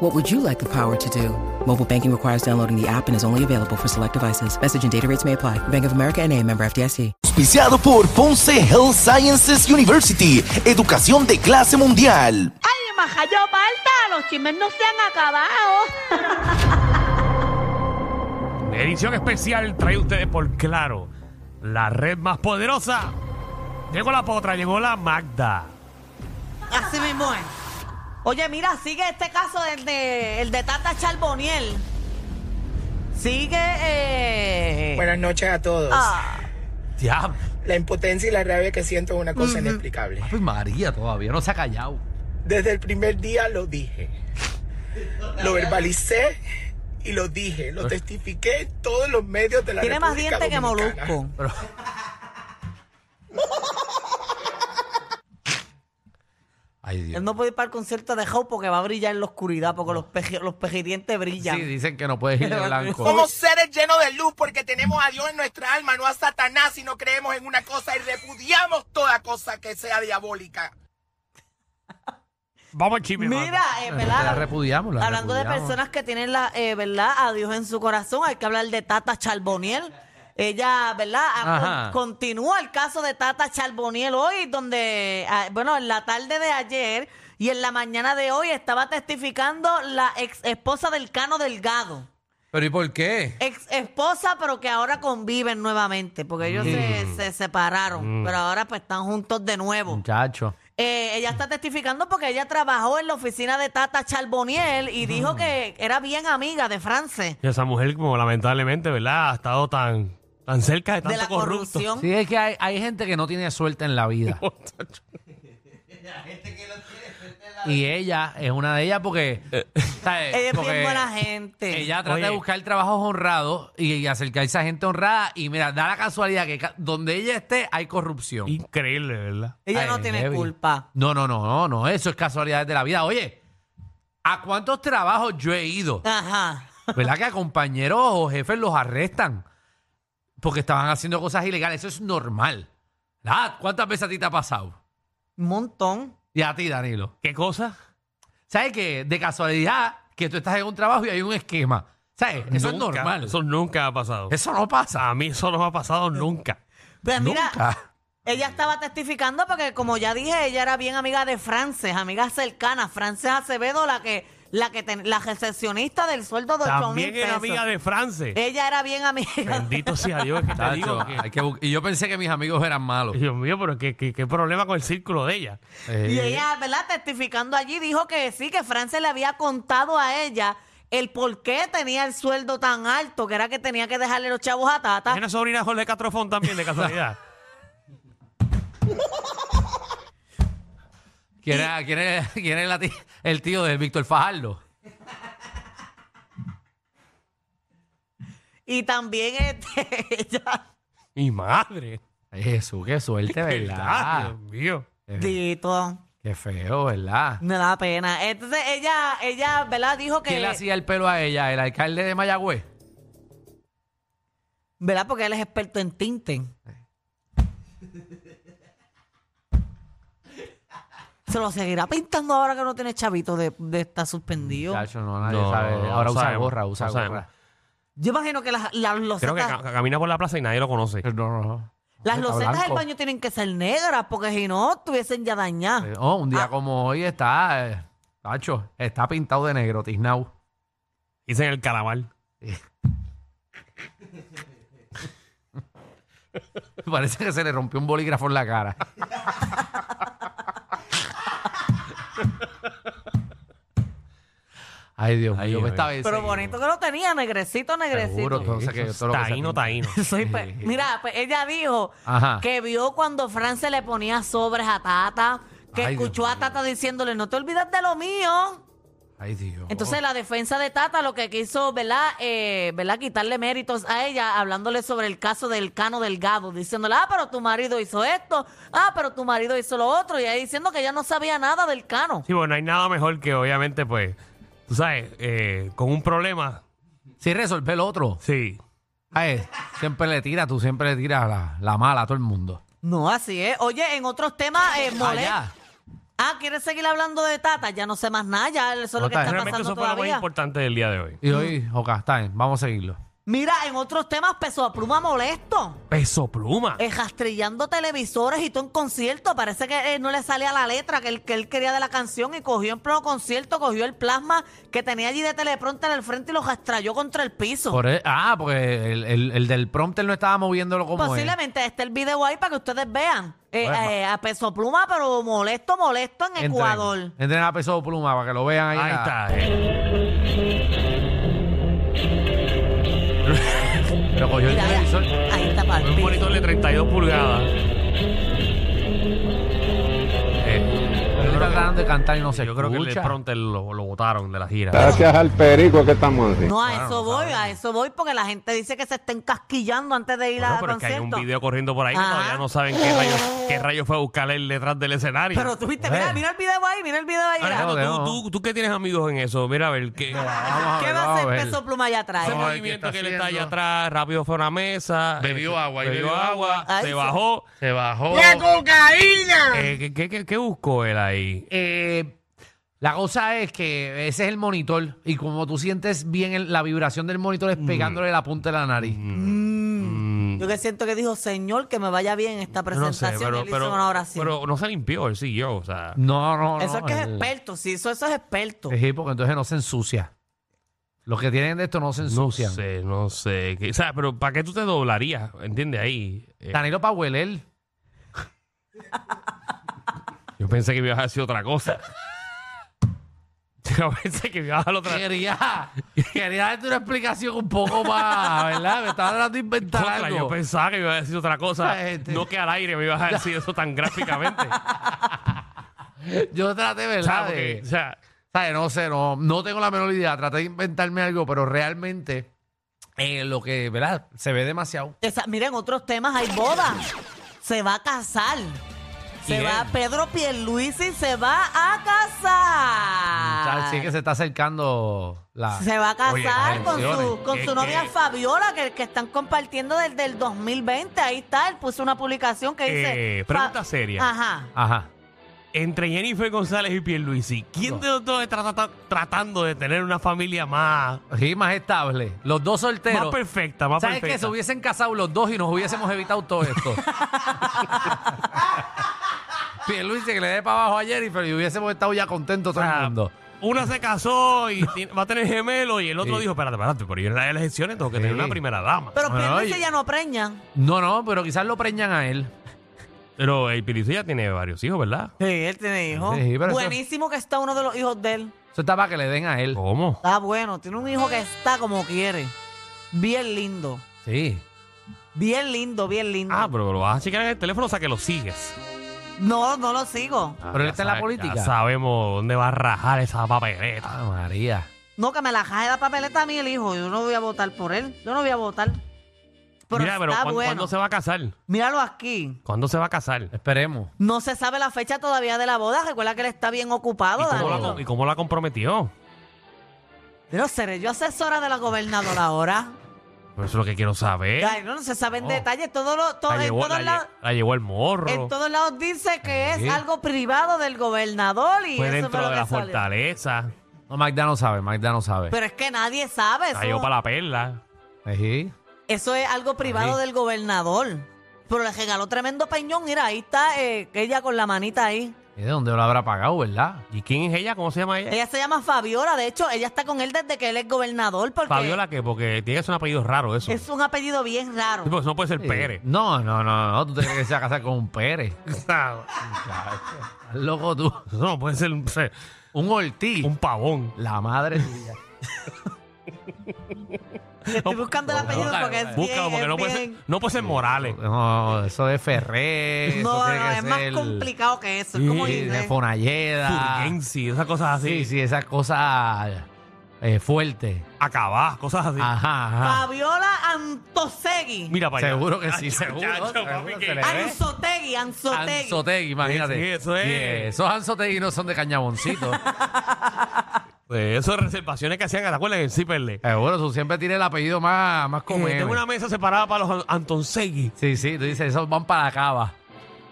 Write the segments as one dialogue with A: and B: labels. A: What would you like the power to do? Mobile banking requires downloading the app and is only available for select devices. Message and data rates may apply. Bank of America and a member FDIC.
B: Auspiciado por Ponce Health Sciences University, educación de clase mundial.
C: ¡Ay, majayopa alta! ¡Los chismes no se han acabado!
D: Edición especial trae ustedes por Claro, la red más poderosa. Llegó la potra, llegó la Magda.
E: Así mismo es. Oye, mira, sigue este caso del de, el de Tata Charboniel. Sigue. eh,
F: Buenas noches a todos.
E: ah,
D: Ya,
F: La impotencia y la rabia que siento es una cosa inexplicable.
G: Ay, pues María, todavía no se ha callado.
F: Desde el primer día lo dije. Lo verbalicé y lo dije. Lo testifiqué en todos los medios de la
E: Ah. tiene más
F: República
E: dientes que
F: Dominicana.
E: Molusco.
G: Ay, Dios.
E: Él no puede ir para el concierto de Hope porque va a brillar en la oscuridad porque los, peji- los pejirientes brillan.
G: Sí, dicen que no puedes ir de blanco.
F: Somos seres llenos de luz porque tenemos a Dios en nuestra alma, no a Satanás, y no creemos en una cosa y repudiamos toda cosa que sea diabólica.
D: vamos al chisme.
E: Mira,
D: Magda.
E: eh,
G: La
E: ¿verdad?
G: repudiamos, la
E: Hablando de
G: repudiamos.
E: personas que tienen la, eh, ¿verdad? A Dios en su corazón, hay que hablar de Tata Charboniel. Ella, ¿verdad? Ah, con-
G: Ajá.
E: continúa el caso de Tata Charboniel hoy, donde, ah, bueno, en la tarde de ayer y en la mañana de hoy estaba testificando la ex esposa del Cano Delgado.
G: Pero ¿y por qué?
E: Ex esposa, pero que ahora conviven nuevamente, porque ellos
G: Mm.
E: se, se separaron, pero ahora pues están juntos de nuevo.
G: Muchacho.
E: Eh, ella está testificando porque ella trabajó en la oficina de Tata Charboniel y dijo que era bien amiga de France,
D: Y esa mujer, como lamentablemente, ¿verdad? Ha estado tan, tan cerca de tanto
E: de la
D: corrupto.
E: corrupción.
G: Sí, es que hay, hay gente que no tiene suerte en la vida. Y ella es una de ellas porque. ¿sabes?
E: Ella es
G: Porque
E: bien buena gente.
G: Ella trata de
D: Oye.
G: buscar trabajos honrados y, y acercarse a gente honrada. Y mira, da la casualidad que ca- donde ella esté hay corrupción.
D: Increíble, ¿verdad?
E: Ella
G: Ay,
E: no tiene
G: heavy.
E: culpa.
G: No, no, no, no, no. Eso es casualidades de la vida. Oye, ¿a cuántos trabajos yo he ido?
E: Ajá.
G: ¿Verdad que a compañeros o jefes los arrestan? Porque estaban haciendo cosas ilegales. Eso es normal. ¿Verdad? ¿Cuántas veces a ti te ha pasado?
E: Un montón.
G: Y a ti, Danilo.
D: ¿Qué cosa?
G: ¿Sabes qué? De casualidad que tú estás en un trabajo y hay un esquema. ¿Sabes? Eso es
D: Nunca,
G: normal.
D: Eso
G: Eso,
D: nunca ha pasado.
G: no pasa.
D: A mí eso no me ha pasado nunca.
E: Pues mira,
G: Nunca.
E: ella estaba testificando porque, como ya dije, ella era bien amiga de Frances, amiga cercana. Frances Acevedo, la que, la que ten- la recepcionista del sueldo de 8 mil
D: También
E: pesos. Eh,
D: era amiga de France.
E: Ella era bien amiga.
D: Bendito sea Dios, que te digo
G: Tacho,
D: que-
G: hay que bu- y yo pensé que mis amigos eran malos.
D: Dios mío, pero qué, qué- qué problema con el círculo de ella.
E: Y
G: Eh,
E: ella, ¿verdad? Testificando allí, dijo que sí, que Francia le había contado a ella el por qué tenía el sueldo tan alto, que era que tenía que dejarle los chavos a Tata.
G: Ah.
D: Tiene una sobrina de Jorge Catrofón también, de casualidad.
G: ¿quién, era- quién era- quién era la ti- el tío de Víctor Fajardo?
E: Y también este, ella
D: Mi madre.
G: Jesús, qué suerte,
D: ¿Verdad?
G: ¿verdad?
D: Dios mío.
E: Dito,
G: Qué feo, ¿verdad?
D: Eh,
E: me da pena. Entonces ella, ella, ¿verdad? Dijo
G: ¿Quién le
E: que,
G: hacía el pelo a ella? ¿El alcalde de Mayagüez?
E: ¿verdad? Porque él es experto en tinte.
D: Eh.
E: Se lo seguirá pintando ahora que no tiene chavito de, de estar suspendido.
G: Chacho, no, nadie
D: No,
G: sabe.
D: no, no
G: Ahora usa
D: sabemos,
G: gorra, usa
D: no sabemos.
G: gorra.
E: Yo imagino que las, las losetas...
D: Creo que ca- camina por la plaza y nadie lo conoce.
G: No, no, no.
E: Las
G: Está
E: losetas del
G: blanco.
E: baño tienen que ser negras porque si no estuviesen ya dañadas.
G: Eh, Oh, un día
E: Ah.
G: como hoy está, eh, Tacho, está pintado de negro, Tiznau.
D: Dicen el calabar.
G: Parece que se le rompió un bolígrafo en la cara. Ay, Dios
D: Ay,
G: mío,
D: Dios
G: que esta
D: mío.
G: vez.
E: Pero bonito que lo tenía, negrecito, negrecito.
G: Seguro, todo, o sea, que todo lo que
D: Taíno,
G: saqué.
D: taíno.
E: Soy pe- Mira, pues ella dijo
G: Ajá.
E: que vio cuando Fran se le ponía sobres a Tata, que
G: Ay, Dios
E: escuchó a
G: mío.
E: Tata diciéndole, no te olvides de lo mío.
G: Ay, Dios.
E: Entonces la defensa de Tata lo que quiso, ¿verdad? Eh, ¿verdad? Quitarle méritos a ella, hablándole sobre el caso del Cano Delgado, diciéndole, ah, pero tu marido hizo esto, ah, pero tu marido hizo lo otro, y ahí diciendo que ella no sabía nada del Cano.
D: Sí, bueno, no hay nada mejor que obviamente, pues, tú sabes, eh, con un problema.
G: Sí, resolver lo otro.
D: Sí.
G: Ay, siempre le tira, tú siempre le tiras la, la mala a todo el mundo.
E: No, así es. Oye, en otros temas, eh, mole-
G: Allá.
E: Ah, ¿quieres seguir hablando de Tata? Ya no sé más nada, ya eso es lo que
G: Tata,
E: está
D: Realmente
E: pasando
D: eso fue lo más
E: todavía.
D: importante del día de hoy.
G: Y hoy, ok, está bien, vamos a seguirlo.
E: Mira, en otros temas, peso a pluma molesto.
D: Peso pluma.
E: Eh, rastrillando televisores y todo en concierto. Parece que eh, no le salía la letra que él, que él quería de la canción y cogió en pleno concierto, cogió el plasma que tenía allí de teleprompter al frente y lo rastralló contra el piso.
G: Por e- ah, porque el, el- el del prompter no estaba moviéndolo como
E: Posiblemente esté el video ahí para que ustedes vean. Eh,
G: Bueno,
E: eh, a peso pluma, pero molesto, molesto en
G: es. Entren,
E: Ecuador.
G: entren a peso pluma para que lo vean ahí.
D: Ahí
G: en la-
D: está. eh.
G: Lo cogió el
E: Mira, mira,
G: televisor.
E: ahí está para el
D: Un
E: piso.
D: monitor de 32 pulgadas. Eh,
G: Él está tratando de cantar y no se
D: Yo creo que el
G: escucha.
D: pronto lo, lo botaron de la gira.
H: Gracias al perico que estamos así.
E: No, a
G: Bueno,
E: eso
G: no
E: voy,
G: sabe.
E: a eso voy, porque la gente dice que se está encasquillando antes de ir
D: Bueno,
E: a
D: pero es que hay un
E: concierto.
D: video corriendo por ahí que
E: Ajá.
D: todavía no saben qué rayo, qué rayo fue a buscar él detrás del escenario.
E: Pero tú viste,
G: Eh.
E: mira, mira el video ahí, mira el video ahí. mira.
D: Alejandro,
G: Claro que
D: tú, tú, tú que tienes amigos en eso, mira a ver qué,
G: Vamos a
E: ¿Qué
G: ver,
E: va a
G: vamos
E: hacer
G: ver.
E: peso pluma allá atrás?
D: ese
I: Vamos a ver
D: movimiento
I: qué
D: que
I: está
D: él está allá
I: haciendo.
D: atrás, rápido fue a una mesa.
I: Bebió
D: eh,
I: agua, ahí
D: bebió
I: bebió
D: agua,
E: Ay,
D: se
E: sí.
D: bajó.
I: Se bajó.
D: Eh, ¿qué- qué, qué- qué buscó él ahí?
G: Eh, la cosa es que ese es el monitor y como tú sientes bien el- la vibración del monitor
D: Mm.
G: es pegándole la punta de la nariz.
E: Yo que siento que dijo, Señor, que me vaya bien esta
D: Yo no sé,
E: presentación. y
D: pero,
E: él hizo
D: pero,
E: una oración.
D: pero no se limpió, él siguió, o sea.
G: No, no, no.
E: eso es que es
G: el-
E: experto, sí, eso, eso es experto.
G: Sí, porque entonces no se ensucia. Los que tienen de esto no se
D: No
G: ensucian.
D: sé, no sé. que- o sea, pero ¿para qué tú te doblarías? ¿Entiendes? Ahí. eh,
G: Danilo para hueler.
D: yo pensé que ibas a decir otra cosa. Yo pensé que ibas a hacer otra
G: Quería, quería darte una explicación un poco más, ¿verdad? Me estaba tratando de inventar
D: Contra,
G: algo.
D: yo pensaba que me ibas a decir otra cosa.
G: Ay, gente.
D: No que al aire me ibas a decir eso tan gráficamente.
G: Yo traté,
D: o sea,
G: ¿verdad?
D: porque,
G: de-
D: o sea,
G: ¿sabes? No sé, no, no tengo la menor idea. Traté de inventarme algo, pero realmente eh, lo que, ¿verdad? Se ve demasiado.
E: Esa- miren, otros temas, hay boda. Se va a casar. Se
G: ¿Quién?
E: va Pedro Pierluisi, se va a casar.
G: Así que se está acercando la...
D: Ah,
E: Se va a
G: Oye,
E: casar
G: las
E: con
G: elecciones.
E: su, con
D: ¿Qué-
E: su novia
D: qué?
E: Fabiola, que, que están compartiendo desde el 2020. Ahí está, él puso una publicación que dice...
D: Eh, pregunta
E: Fa-
D: seria.
E: Ajá.
G: Ajá.
D: entre Jennifer González y Pierluisi, ¿quién de los dos está trata- tratando de tener una familia más,
G: Sí, más estable. Los dos solteros.
D: más perfecta? Más
G: ¿Sabes
D: Ah, perfecta?
G: que Se hubiesen casado los dos y nos hubiésemos evitado todo esto. Luis que le dé para abajo a Jennifer y hubiésemos estado ya contentos
D: O
G: todo
D: sea,
G: el mundo.
D: Una se casó y ti- va a tener gemelo y el otro
G: Sí.
D: dijo, espérate, espérate, pero yo en las elecciones tengo que tener
G: Sí.
D: una primera dama.
E: Pero
G: Bueno,
E: Pierluisi
G: oye.
E: ya no preña.
G: No, no, pero quizás lo preñan a él.
D: Pero el Pierluisi ya tiene varios hijos, ¿verdad?
E: Sí, él tiene hijos.
G: Sí, pero eso-
E: Buenísimo que está uno de los hijos de él.
G: Eso está para que le den a él.
D: ¿Cómo?
E: Está Ah, bueno, tiene un hijo que está como quiere. Bien lindo.
G: Sí.
E: Bien lindo, bien lindo.
D: Ah, pero lo vas a checar en el teléfono, o sea que lo sigues.
E: No, no lo sigo.
D: Ah,
G: Pero él
D: ya
G: está en la
D: sabe-
G: política.
D: Ya sabemos dónde va a rajar esa papeleta.
G: Ah, María.
E: No, que me la jaje la papeleta a mí el hijo. Yo no voy a votar por él. Yo no voy a votar. Pero
D: Mira,
E: está
D: pero ¿cuán-
E: bueno.
D: ¿cuándo se va a casar?
E: Míralo aquí.
D: ¿Cuándo se va a casar?
G: Esperemos.
E: No se sabe la fecha todavía de la boda. Recuerda que él está bien ocupado,
D: ¿Y cómo, la,
E: Danilo.
D: com- y cómo la comprometió?
E: Pero seré yo asesora de la gobernadora ahora.
D: Eso es lo que quiero saber.
E: Ay, no, no se sabe en
D: ¿Eh? No.
E: detalle. Todo lo, todo,
D: La
E: en
D: llevó,
E: todos
D: la,
E: lados-
D: lle- la llevó el morro.
E: En todos lados dice que
G: Sí.
E: es algo privado del gobernador y
D: fue
E: eso
D: dentro
E: fue lo
D: de
E: que
D: la
E: salió.
D: fortaleza.
G: No, Magda no sabe, Magda no sabe. Eh,
E: Pero es que nadie sabe.
D: La llevó
E: Eso,
D: para la perla.
G: Sí.
E: eso es algo privado
D: Ahí.
E: del gobernador. Pero le regaló tremendo peñón. Mira, ahí está eh, ella con la manita ahí.
G: ¿Y de dónde lo habrá pagado, verdad?
D: ¿Y quién es ella? ¿Cómo se llama ella?
E: Ella se llama Fabiola, de hecho, ella está con él desde que él es gobernador porque
D: Fabiola, que porque tiene que ser un apellido raro eso.
E: es un apellido bien raro.
D: Sí, porque no puede ser Pérez.
G: Eh, No, no, no, no. Tú te crees que se va a casar con un Pérez. Estás loco tú.
D: Eso no puede ser un,
G: Un Ortiz.
D: un pavón.
G: La madre tuya.
E: Estoy buscando el apellido
G: búscalo,
E: porque es
D: Búscalo,
E: bien,
D: porque
E: es
D: no puede, ser,
E: bien-
D: no puede ser Morales.
G: No, eso de Ferré.
E: No,
G: eso
E: no,
G: tiene que
E: es más
G: ser-
E: complicado que eso. Es como
G: Sí, de
E: inglés.
G: Fonalleda.
D: Fulgensi, esas cosas así.
G: Sí, sí, esas cosas eh, fuertes.
D: Acabás, cosas
E: Ah,
D: así.
G: Ajá, ajá.
E: Fabiola Antosegui.
D: Mira para allá.
G: Seguro que sí,
D: Ay,
G: seguro.
D: chacho,
G: seguro
D: papi, que- Ah.
G: se le ve.
E: Anzotegui, Anzotegui.
G: Anzotegui, imagínate.
D: Sí, sí, eso es.
G: Yeah, esos Anzotegui no son de cañaboncito.
D: Pues, esas reservaciones que hacían, ¿te acuerdas? En el Ciperle.
G: Seguro, Eh, tú siempre tienes el apellido más, más
D: Como
G: común.
D: tengo una mesa separada para los Antonsegui.
G: Sí, sí, tú dices, esos van para la cava.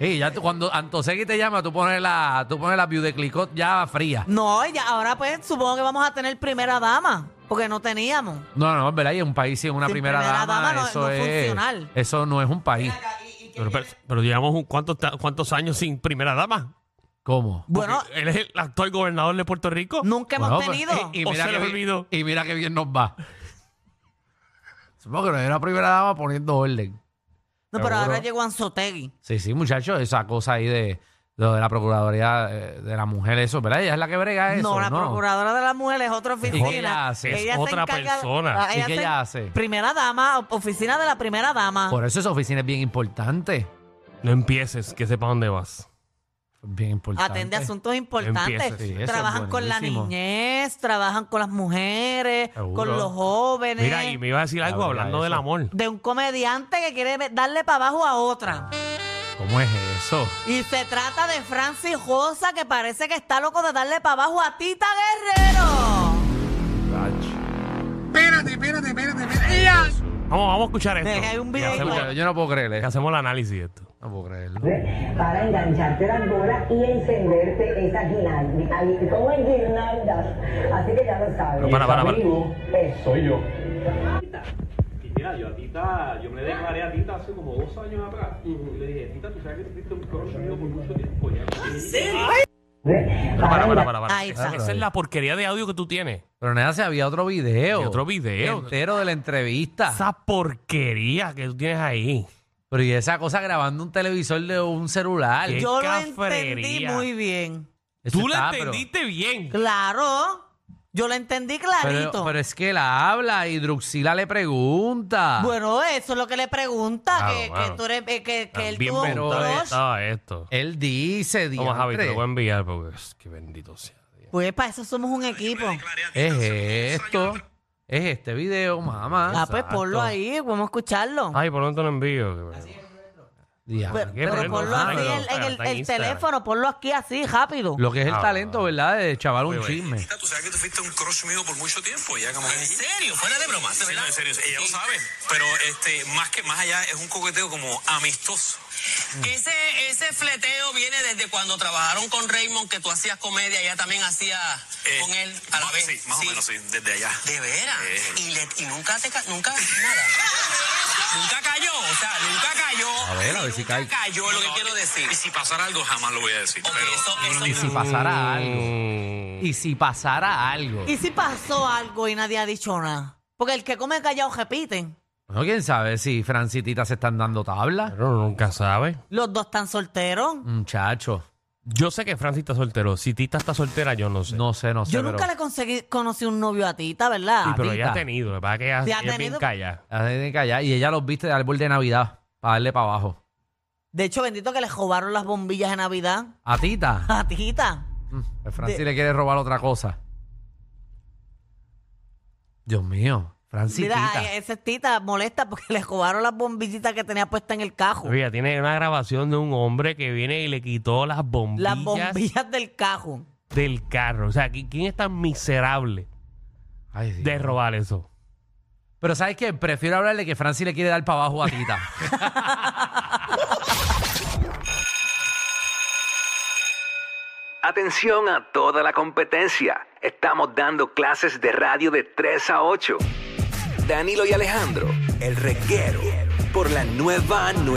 G: Y ya tú, cuando Antosegui te llama, tú pones la, tú pones la View de Clicot ya fría.
E: No, ya, ahora pues supongo que vamos a tener primera dama, porque no teníamos.
G: No, no, es verdad, y en un país sin una
E: Sin
G: primera,
E: primera
G: dama,
E: dama no-
G: eso
E: no es
G: es
E: funcional.
G: Eso no es un país.
D: Pero, pero- pero llevamos un- ¿cuántos, ta- cuántos años sin primera dama.
G: ¿Cómo?
E: Bueno,
D: Porque él es el actual gobernador de Puerto Rico.
E: nunca hemos
G: Bueno, pues,
E: tenido.
G: Y, y
D: ¿O
G: mira
D: se
G: que
D: les
G: bien-
D: olvidó?
G: y mira que bien nos va. Supongo que no era primera dama poniendo orden.
E: no, pero ahora
G: seguro.
E: llegó Anzotegui.
G: Sí, sí, muchachos, esa cosa ahí de, lo de la Procuraduría eh, de la Mujer, eso, ¿verdad? Ella es la que brega eso,
E: No, la procuradora de la mujer es otra oficina.
G: que ella hace?
D: Es otra persona.
E: Ah,
G: ¿Y qué ella hace?
E: Primera dama, o- oficina de la primera dama.
G: Por eso esa oficina es bien importante.
D: No empieces, que sepa dónde vas.
G: Bien importante.
E: Atende asuntos importantes.
D: Empieza, sí,
G: eso es
E: trabajan con la
G: buenísimo.
E: niñez, trabajan con las mujeres,
G: Seguro.
E: con los jóvenes.
D: Mira, y me iba a decir algo
G: Ah, mira
D: hablando del
G: eso.
D: amor.
E: de un comediante que quiere ve- darle para abajo a otra.
G: ¿Cómo es eso?
E: Y se trata de Francis Rosa, que parece que está loco de darle para abajo a Tita Guerrero.
D: Vamos, vamos a escuchar esto.
E: Deja, hay un
D: Y
E: video
D: hacemos,
G: Yo, yo no puedo creer
D: y
G: eso.
D: hacemos el análisis de esto.
G: No puedo creerlo.
I: para engancharte las bolas y encenderte esas guirnaldas. ¿Cómo es guirnaldas? Así que ya lo sabes. ¿eh?
D: Pero para, para, para.
I: Soy yo.
J: Y mira, yo a Tita, yo me declaré a Tita hace como dos años atrás. Y le dije, Tita, tú sabes que tú fuiste un crush mío por mucho tiempo. Ya no tienes
D: Para, para, para, para. para.
E: Ahí
D: Esa,
E: está.
D: esa es la porquería de audio que tú tienes.
G: Pero nada, si había otro video.
D: Y otro video.
G: Entero de la entrevista.
D: Esa porquería que tú tienes ahí.
G: Pero y esa cosa grabando un televisor de un celular.
D: ¿Qué?
E: Yo lo entendí
D: cafrería.
E: muy bien.
G: Eso
D: Tú la
G: está, pero-
D: entendiste bien.
E: Claro, yo lo entendí
G: Pero,
E: clarito.
G: pero es que la habla y Druxila le pregunta.
E: bueno, eso es lo que le pregunta,
D: ah. Claro,
E: que,
D: claro.
E: que tú eres, eh, que, que él
D: bien
E: tuvo un
G: pero
D: montado
E: crush.
D: estaba esto.
G: Él dice, dice.
D: Toma, Javi, te lo voy a enviar porque es que bendito sea.
E: Pues para eso somos un equipo.
G: Es esto. Es este video, mamá.
E: Ah, pues ponlo ahí, vamos a escucharlo.
D: Ay, por dónde te lo envío.
G: Diablo.
E: Pero,
D: qué
E: pero
D: horrendo,
E: ponlo
D: ah,
E: aquí
D: pero
E: en- en
D: está
E: el,
D: en
E: el
D: Instagram.
E: teléfono, ponlo aquí así, rápido.
G: Lo que es el
D: Ah,
G: talento, ¿verdad? De chaval un chisme.
J: Tita, tú sabes que tú fuiste un crush mío por mucho tiempo. Ya como ¿En serio? Fuera de broma. en serio. Ella lo sabe. Pero este, más que más allá es un coqueteo como amistoso. Ese, ese fleteo viene desde cuando trabajaron con Raymond, que tú hacías comedia, ella también hacía con él a la vez. Sí, Eh, más o menos, sí, desde allá. Eh. ¿De veras? Y, le- y nunca te ca- nunca nada. Nunca cayó, o sea, nunca cayó.
G: A ver, a ver si
J: Nunca
G: cae.
J: cayó, es lo que quiero decir. Y si pasara algo, jamás lo voy a decir. pero
G: Y si pasara algo.
D: Mm,
G: Y si pasara algo.
E: ¿Y si pasó algo y nadie ha dicho nada? Porque el que come callado repiten.
G: Bueno, quién sabe si Francitita se están dando tabla.
D: Pero uno nunca sabe.
E: Los dos están solteros.
G: Muchacho.
D: Yo sé que Francis está soltero. Si Tita está soltera, yo no sé.
G: No sé, no sé.
E: Yo nunca le conseguí, conocí un novio a Tita, ¿verdad?
D: Sí, pero ella
G: Tita.
D: ha tenido. Lo que pasa es que ella,
E: Sí, ha
D: ella es bien
E: tenido-
D: callada.
G: La tienen que callar. Y ella los viste de árbol de Navidad. Para darle para abajo.
E: De hecho, bendito que le robaron las bombillas de Navidad
G: A Tita.
E: a Tita.
G: Mm, Francis
E: Ah. De-
G: le quiere robar otra cosa. Dios mío.
E: Mira,
G: Francitita.
E: esa es Tita molesta porque le robaron las bombillitas que tenía puesta en el cajo.
D: Mira, tiene una grabación de un hombre que viene y le quitó las bombillas,
E: Las bombillas del cajo.
D: del carro. O sea, ¿qui- ¿quién es tan miserable
G: Ay, Dios.
D: de robar eso?
G: Pero ¿sabes qué? Prefiero hablarle que Francis le quiere dar para abajo a Tita.
J: Atención a toda la competencia. Estamos dando clases de radio de 3 a 8. Danilo y Alejandro, el reguero, por la nueva